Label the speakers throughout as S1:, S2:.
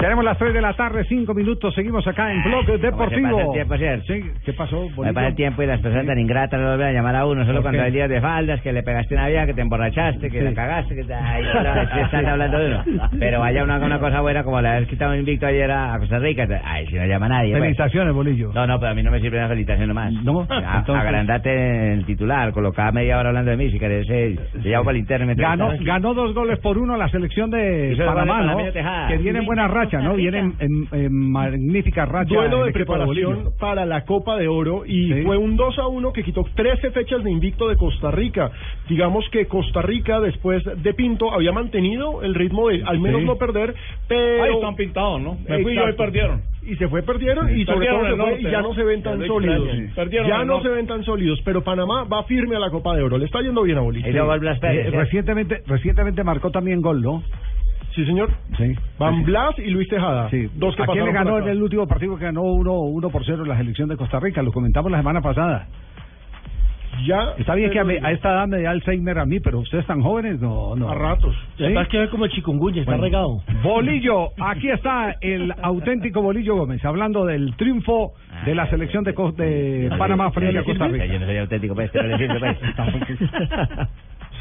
S1: Tenemos las 3 de la tarde, 5 minutos. Seguimos acá en Blog
S2: Se pasa el
S1: Deportivo.
S2: tiempo, ¿cierto?
S1: Sí, ¿Qué pasó?
S2: Me
S1: bonito?
S2: pasa el tiempo y las personas tan ingratas no vuelven a llamar a uno, solo
S1: ¿Por
S2: cuando
S1: qué?
S2: hay días de faldas, que le pegaste una vieja, que te emborrachaste, que
S1: Sí.
S2: la cagaste, que ahí están hablando de uno. Pero vaya uno haga una cosa buena como le haber quitado un invicto ayer a a Costa Rica, ay, si no llama nadie. pues.
S1: Felicitaciones, Bolillo.
S2: No, no, pero a mí no me sirve una felicitación nomás.
S1: No,
S2: A-
S1: entonces-
S2: Agrandate en el titular, colocaba media hora hablando de mí, si querés, eh, te llamo para el interno. y me
S1: Ganó,
S2: entrevistas.
S1: ganó dos goles por uno la selección de
S2: Hizo el gol de
S1: Panamá, ¿no?
S2: Panameño Tejada.
S1: Que viene en buena racha, ¿no? Viene en, en- en magnífica racha.
S3: Duelo
S1: el
S3: de
S1: equipo
S3: preparación
S1: Bolillo.
S3: para la Copa de Oro y
S1: Sí.
S3: fue un 2 a 1 que quitó 13 fechas de invicto de Costa Rica. Digamos que Costa Rica, después de Pinto, había mantenido el ritmo de al menos
S1: Sí.
S3: no perder, pero.
S4: Ahí están pintados, ¿no? Me fui yo y
S3: Exacto.
S4: perdieron.
S3: Y se fue, perdieron y sobre
S4: Perdieron
S3: todo se
S4: el
S3: fue
S4: norte,
S3: y ya
S4: ¿no?
S3: no se ven tan
S4: Perdieron
S3: sólidos.
S4: el norte.
S3: Ya no se ven tan sólidos, pero Panamá va firme a la Copa de Oro. Le está yendo bien a Bolivia.
S2: Hizo gol Blas Pérez,
S1: Eh,
S2: ¿cierto?
S1: recientemente, recientemente marcó también gol, ¿no?
S3: Sí, señor.
S1: Sí.
S3: Van Blas y Luis Tejada.
S1: Sí.
S3: Dos que
S1: ¿A quién
S3: pasaron
S1: le
S3: por
S1: ganó en
S3: acá.
S1: el último partido que ganó 1 uno por 0 la selección de Costa Rica? Lo comentamos la semana pasada.
S3: Ya.
S1: Está bien que a,
S3: pero-
S1: me- a esta edad me da Alzheimer a mí, pero ustedes tan jóvenes, no. no.
S3: A ratos.
S1: ¿Sí?
S3: que es como chikungunya,
S1: Bueno. Bolillo, aquí está el auténtico Bolillo Gómez, hablando del triunfo de
S4: Ah,
S1: la selección de, Cos- de Panamá frente a Costa
S2: Yo
S1: Rica.
S2: no soy auténtico, pues, que no le sirve, pues.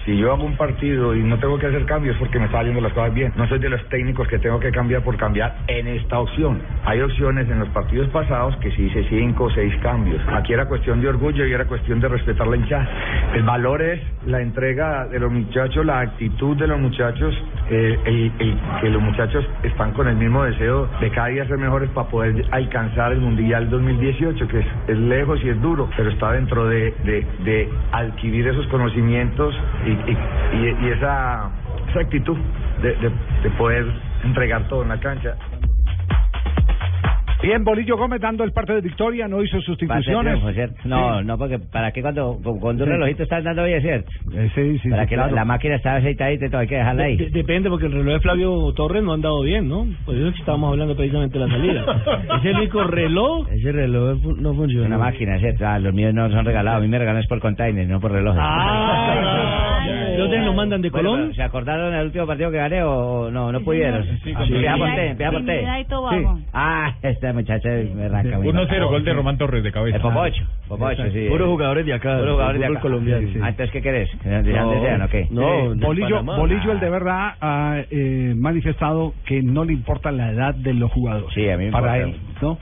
S5: Si yo hago un partido y no tengo que hacer cambios porque me están yendo las cosas bien, no soy de los técnicos que tengo que cambiar por cambiar en esta opción. Hay opciones en los partidos pasados que sí hice cinco o seis cambios. Aquí era cuestión de orgullo y era cuestión de respetar la hinchada. El valor es la entrega de los muchachos, la actitud de los muchachos, eh, el- el- que los muchachos están con el mismo deseo de cada día ser mejores para poder alcanzar el Mundial 2018, que es, es lejos y es duro, pero está dentro de, de- de adquirir esos conocimientos y, y- y- y esa, esa actitud de, de- de poder entregar todo en la cancha.
S1: Bien, Bolillo Gómez dando el parte de victoria, no hizo
S2: Para ser
S1: sustituciones.
S2: triunfo, ¿cierto? No, no, porque ¿para qué cuando, cu- cuando un
S1: Sí.
S2: relojito está andando bien, ¿cierto?
S1: Eh, sí, sí,
S2: para
S1: sí,
S2: que la-
S1: claro.
S2: la, máquina está aceitadita y todo, hay que dejarla ahí.
S4: depende, porque el reloj de Flavio Torres no ha andado bien, ¿no? Por eso es que estábamos hablando precisamente de la salida. es el único reloj.
S2: Ese reloj no funciona. Una máquina, ¿cierto? Ah, los míos no son regalados, a mí me regalan es por container, no por reloj.
S4: Ah, ¿De dónde nos mandan de
S2: Bueno,
S4: Colón?
S2: pero ¿Se acordaron del último partido que gané o- o no? No pudieron. Ah, Empieza por té, empieza por té.
S6: Trinidad y Tobago.
S2: Sí. Ah, esta muchacha me arranca. muy mal.
S4: de Román Torres de cabeza.
S2: El Popocho, Popocho, sí.
S4: Puros jugadores de acá.
S2: Puros jugadores de
S4: del
S2: acá.
S4: fútbol colombiano.
S2: Sí, sí. Ah, Entonces, ¿qué querés? ¿Que nos digan dónde sean o qué?
S4: No,
S1: Eh,
S4: de
S1: Bolillo,
S4: Panamá.
S1: Bolillo, el de verdad, ha eh, manifestado que no le importa la edad de los jugadores.
S2: Sí, a mí me
S1: Para
S2: importa.
S1: él, ¿no?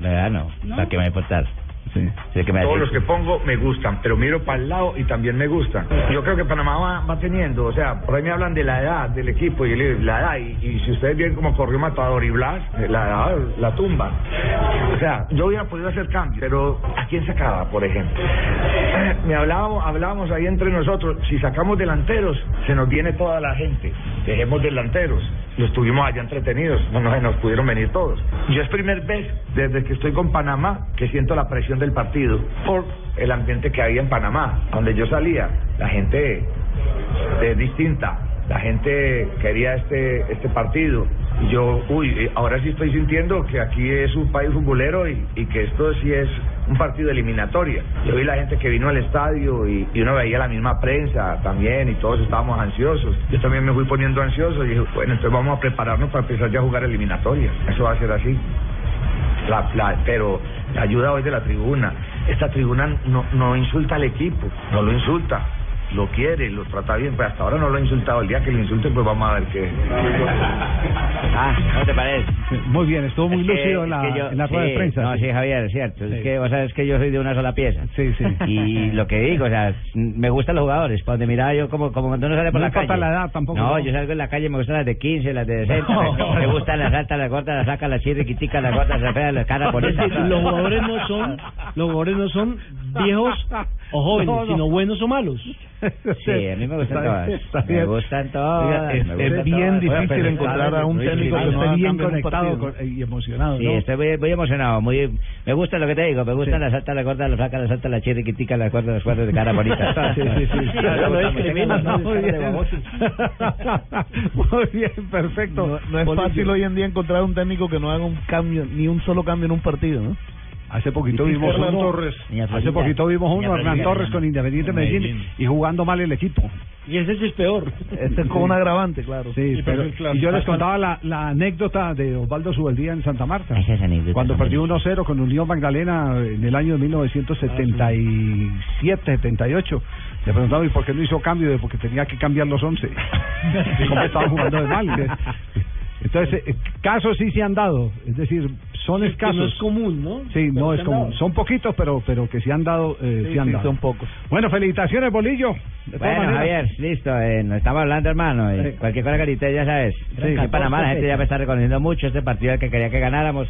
S2: La verdad no. ¿Para qué me va a importar?
S1: Sí.
S2: Sí, que me
S5: Todos los
S2: decís.
S5: que pongo me gustan, pero miro para el lado y también me gustan. Yo creo que Panamá va, va teniendo, o sea, por ahí me hablan de la edad del equipo y yo le digo, la edad, y, y si ustedes ven como corrió Matador y Blas, eh, la edad la tumba. O sea, yo hubiera podido hacer cambios, pero ¿a quién sacaba, por ejemplo? Me hablábamos, hablábamos ahí entre nosotros, si sacamos delanteros, se nos viene toda la gente, dejemos delanteros. Los tuvimos allá entretenidos, no nos, nos pudieron venir todos. Yo es primer vez desde que estoy con Panamá que siento la presión del partido por el ambiente que había en Panamá, donde yo salía, la gente es distinta. La gente quería este este partido. Y Yo, uy, eh, ahora sí estoy sintiendo que aquí es un país futbolero y, y que esto sí es un partido de eliminatoria. Yo vi la gente que vino al estadio y, y uno veía la misma prensa también y todos estábamos ansiosos. Yo también me fui poniendo ansioso y dije, bueno, entonces vamos a prepararnos para empezar ya a jugar eliminatoria. Eso va a ser así. La, la- pero la ayuda hoy de la tribuna. Esta tribuna no, no insulta al equipo, no lo insulta. Lo quiere, lo trata bien, pues hasta ahora no lo ha insultado. El día que lo insulten, pues vamos a ver qué.
S2: Ah, ¿cómo te parece?
S1: Muy bien, estuvo muy
S2: Es que-
S1: lúcido en la,
S2: es que yo-
S1: en la rueda de
S2: sí,
S1: prensa.
S2: No,
S1: sí.
S2: sí, Javier, es cierto.
S1: Sí.
S2: Es que vos sabes que yo soy de una sola pieza.
S1: Sí, sí.
S2: Y lo que digo, o sea, me gustan los jugadores. Para donde miraba yo, como, como cuando uno sale por
S1: No
S2: la
S1: importa
S2: calle.
S1: la edad tampoco,
S2: No,
S1: ¿no?
S2: yo salgo en la calle, me gustan las de 15, las de 60.
S1: No.
S2: Me, me gustan las altas, las cortas, las sacas, las chirriquiticas, las gordas, las feas, las caras
S4: Es
S2: bonitas.
S4: decir, los jugadores no son, los jugadores no son viejos o jóvenes,
S1: No, no.
S4: sino buenos o malos.
S2: Sí, a mí me gustan
S3: Está
S2: todas.
S3: bien, está
S2: Me
S3: bien.
S2: gustan todas.
S3: Oiga, es-
S2: me
S3: es
S2: gustan
S3: bien
S2: todas.
S3: difícil
S2: Oiga, pero
S3: encontrar
S2: está
S3: a un
S2: muy
S3: técnico
S2: difícil.
S3: que no
S1: Está
S3: haga
S1: bien
S3: cambio en un
S1: conectado con-
S3: partido.
S1: y emocionado,
S2: Sí,
S1: ¿no?
S2: estoy muy, muy emocionado, muy... Me gusta lo que te digo, me gustan las altas, las gordas, las sacas, las altas, las chirriquiticas, las cuerdas, las cuerdas de cara bonita. todas.
S3: Sí, sí, sí.
S2: Todas me
S3: No lo
S2: gustan mucho.
S3: discriminas, ¿no?
S2: Muy bien.
S1: Muy bien, perfecto.
S3: No, no es
S1: Bolillo.
S3: fácil hoy en día encontrar un técnico que no haga un cambio, ni un solo cambio en un partido, ¿no?
S1: Hace poquito vimos
S3: Hernán
S1: uno,
S3: Torres.
S2: Doña
S1: Hace
S2: Florinda.
S1: poquito vimos
S2: Doña
S1: uno, Hernán
S2: Florinda.
S1: Torres con Independiente
S2: Con
S1: Medellín,
S2: Medellín.
S1: y jugando mal el equipo.
S4: Y ese sí es peor.
S3: Este es como un agravante, claro.
S1: Sí, pero- y yo les contaba la, la anécdota de Osvaldo Subeldía en Santa Marta.
S2: Esas anécdotas
S1: Cuando
S2: son
S1: perdió
S2: buenísimas.
S1: 1-0 con Unión Magdalena en el año 1977, 78, le preguntaba, ¿y por qué no hizo cambio? Dice, Porque tenía que cambiar los 11. Como estaban jugando de mal. Entonces, eh, casos sí se han dado. Es decir, son
S4: Es que no
S1: escasos.
S4: es común, ¿no?
S1: Sí, no
S4: Pero
S1: es
S4: se han
S1: común.
S4: dado.
S1: Son poquitos, pero pero que se han dado. eh, se han dado.
S3: son pocos.
S1: Bueno, felicitaciones, Bolillo. De todas
S2: Bueno,
S1: maneras.
S2: Javier, listo, eh, nos estamos hablando, hermano. y cualquier cosa que usted ya sabes. Sí, en Panamá la gente ya me está reconociendo mucho este partido era el que quería que ganáramos.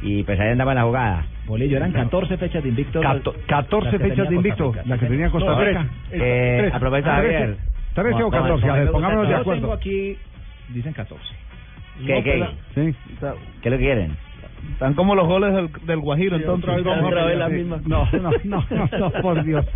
S2: Y pues ahí andaba la jugada.
S6: Bolillo, eran 14 fechas de invicto.
S1: Cato- 14
S6: Las que
S1: fechas de
S6: tenía
S1: invicto,
S6: Costa Rica.
S1: la que tenía Costa Rica.
S2: Eh,
S1: Trece.
S2: aprovecha,
S1: Ah, trece.
S2: Javier.
S1: Trece o
S2: No, no,
S1: 14, a
S2: no,
S1: ver,
S2: no,
S1: pongámonos de
S6: Yo tengo
S1: acuerdo.
S6: aquí, dicen 14.
S2: ¿Qué, qué?
S1: Sí.
S2: ¿Qué lo quieren?
S3: Están como los goles del, del Guajiro, entonces.
S2: otra vez vamos a Otra vez la
S1: No, no, no, no, no, por Dios.